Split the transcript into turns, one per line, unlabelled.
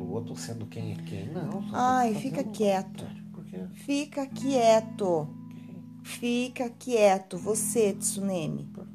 outro sendo quem é quem, não. só
Ai,
tô
fica
fazendo
quieto.
vontade, Porque
Fica quieto. Fica quieto, você, Tsunemi.
Por